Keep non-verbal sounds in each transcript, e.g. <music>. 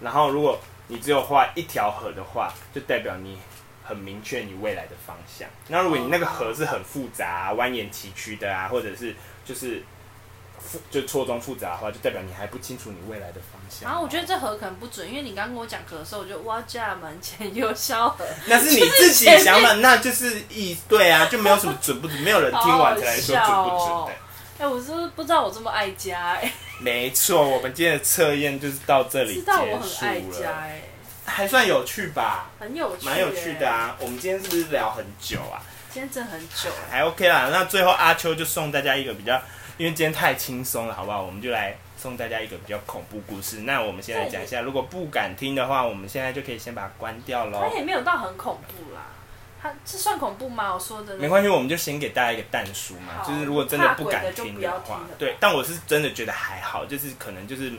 然后如果你只有画一条河的话，就代表你很明确你未来的方向。那如果你那个河是很复杂、啊、嗯蜿蜒崎岖的啊，或者是就是复就错综复杂的话，就代表你还不清楚你未来的方向。然啊后我觉得这河可能不准，因为你刚跟我讲河的时候，我就哇家门前有 <laughs> 小河，那是你自己想 <laughs> 法，那就是一对啊，就没有什么准不准，没有人听完才来说准不准好好的笑哦。哎、我是不是不知道我这么爱家、哎，没错，我们今天的测验就是到这里知结道我很爱束家、了，哎，还算有趣吧，很有趣、蛮有趣的啊。我们今天是不是聊很久啊？哎！今天真的很久，还 OK 啦。那最后阿秋就送大家一个比较，因为今天太轻松了，好不好？我们就来送大家一个比较恐怖故事。那我们先来讲一下，如果不敢听的话，我们现在就可以先把它关掉它喽。也没有到很恐怖啦。它这算恐怖吗？我说的没关系，我们就先给大家一个淡书嘛，好就是如果真的不敢听怕鬼的就不要话听了，对。但我是真的觉得还好，就是可能就是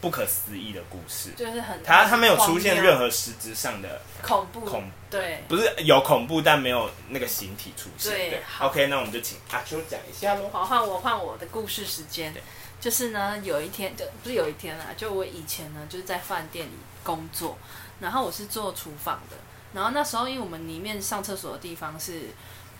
不可思议的故事，就是很它它没有出现任何何实质上的恐怖，恐对，不是有恐怖，但没有那个形体出现。对对好，OK，那我们就请阿秋讲一下喽。好，换我换我的故事时间对。就是呢，有一天，就不是有一天啦，就我以前呢，就是在饭店里工作，然后我是做厨房的，然后那时候因为我们里面上厕所的地方是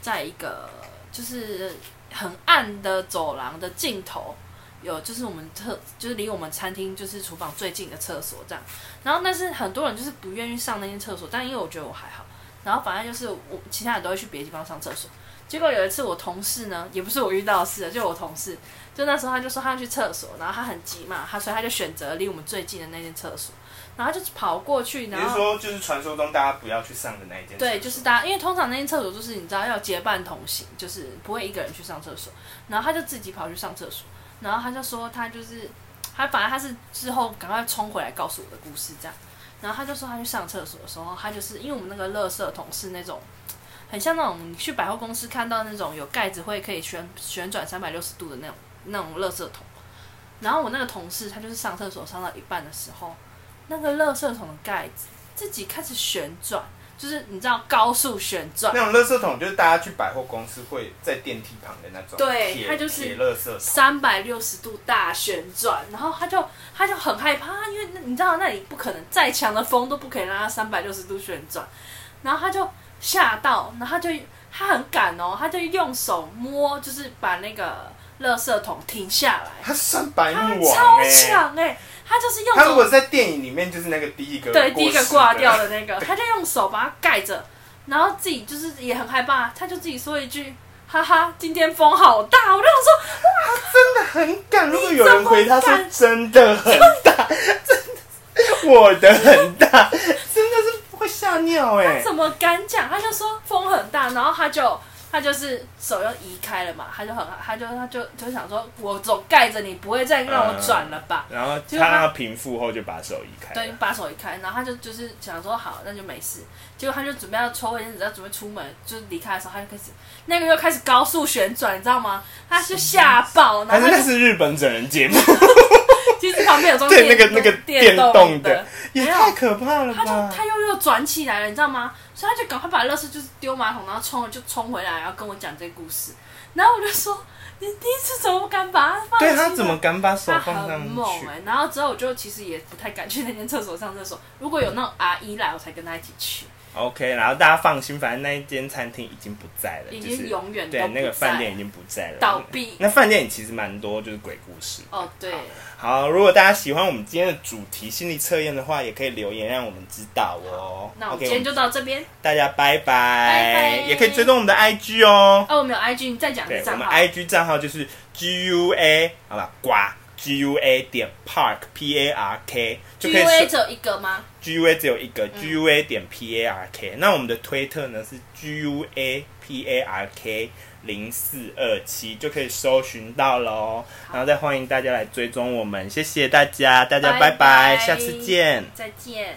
在一个就是很暗的走廊的尽头，有就是我们厕就是离我们餐厅就是厨房最近的厕所这样，然后但是很多人就是不愿意上那间厕所，但因为我觉得我还好，然后反正就是我其他人都会去别的地方上厕所。结果有一次，我同事呢，也不是我遇到的事，就我同事，就那时候他就说他要去厕所，然后他很急嘛，他所以他就选择离我们最近的那间厕所，然后他就跑过去，你然是后说就是传说中大家不要去上的那一件？对，就是大家，因为通常那间厕所就是你知道要结伴同行，就是不会一个人去上厕所，然后他就自己跑去上厕所，然后他就说他就是他反正他是之后赶快冲回来告诉我的故事这样，然后他就说他去上厕所的时候，他就是因为我们那个垃圾桶是那种。很像那种你去百货公司看到那种有盖子会可以旋旋转三百六十度的那种那种垃圾桶。然后我那个同事他就是上厕所上到一半的时候，那个垃圾桶的盖子自己开始旋转，就是你知道高速旋转，那种垃圾桶，就是大家去百货公司会在电梯旁的那种铁，对它就是铁垃圾桶。三百六十度大旋转，然后他就他就很害怕，因为那你知道那里不可能再强的风都不可以让他三百六十度旋转，然后他就吓到，然后他就他很赶哦，他就用手摸，就是把那个垃圾桶停下来，它三百他目王超哎、欸，强哎、他就是用它如手果是在电影里面就是那个第一个对，第一个挂掉的，的那个，他就用手把它盖着，然后自己就是也很害怕，他就自己说一句：“哈哈，今天风好大。”我就想说，很敢。如果有人回他你怎么说敢真的很大， <laughs> 真的是我的很大，真的是会吓尿哎、他怎么敢讲？他就说风很大，然后他就他就是手又移开了嘛，他就很他就他就就想说，我总盖着你，不会再让我转了吧？然后结果他让它平复后就把手移开对，把手一开，然后他就就是想说好，那就没事。结果他就准备要抽卫生纸，要准备出门，就是离开的时候，他就开始那个又开始高速旋转，你知道吗？他就吓爆，然还后是他那 <laughs> 就是日本整人节目，其实旁边有装对那电个那个电电动动的，也没有太可怕了他就吧！他又又转起来了，你知道吗？所以他就赶快把垃圾就是丢马桶，然后冲就冲回来，然后跟我讲这个故事。然后我就说：“你第一次怎么敢把它放进对来？”他怎么敢把手他放很上猛去哎、？然后之后我就其实也不太敢去那间厕所上厕所。如果有那种阿姨来，我才跟她一起去。 OK，然后大家放心，反正那一间餐厅已经不在了，已就经是永远都对不那个在饭店已经不在了，倒闭那饭店其实蛮多就是鬼故事。哦，对，好，如果大家喜欢我们今天的主题心理测验的话，也可以留言让我们知道哦。那我们 OK，今天就到这边。大家拜拜拜拜也可以追踪我们的 IG 哦。哦，我们有 IG，你再讲一对，个我账们号。 IG 账号就是 GUA，好吧，瓜 GUA 点 Park P A R K 就可以 GUA 只有一个吗？ GUA 只有一个 GUA 点 PARK，、那我们的推特呢是 GUA PARK 零四二七，就可以搜寻到喽。然后再欢迎大家来追踪我们，谢谢大家，大家拜拜拜下次见。再见。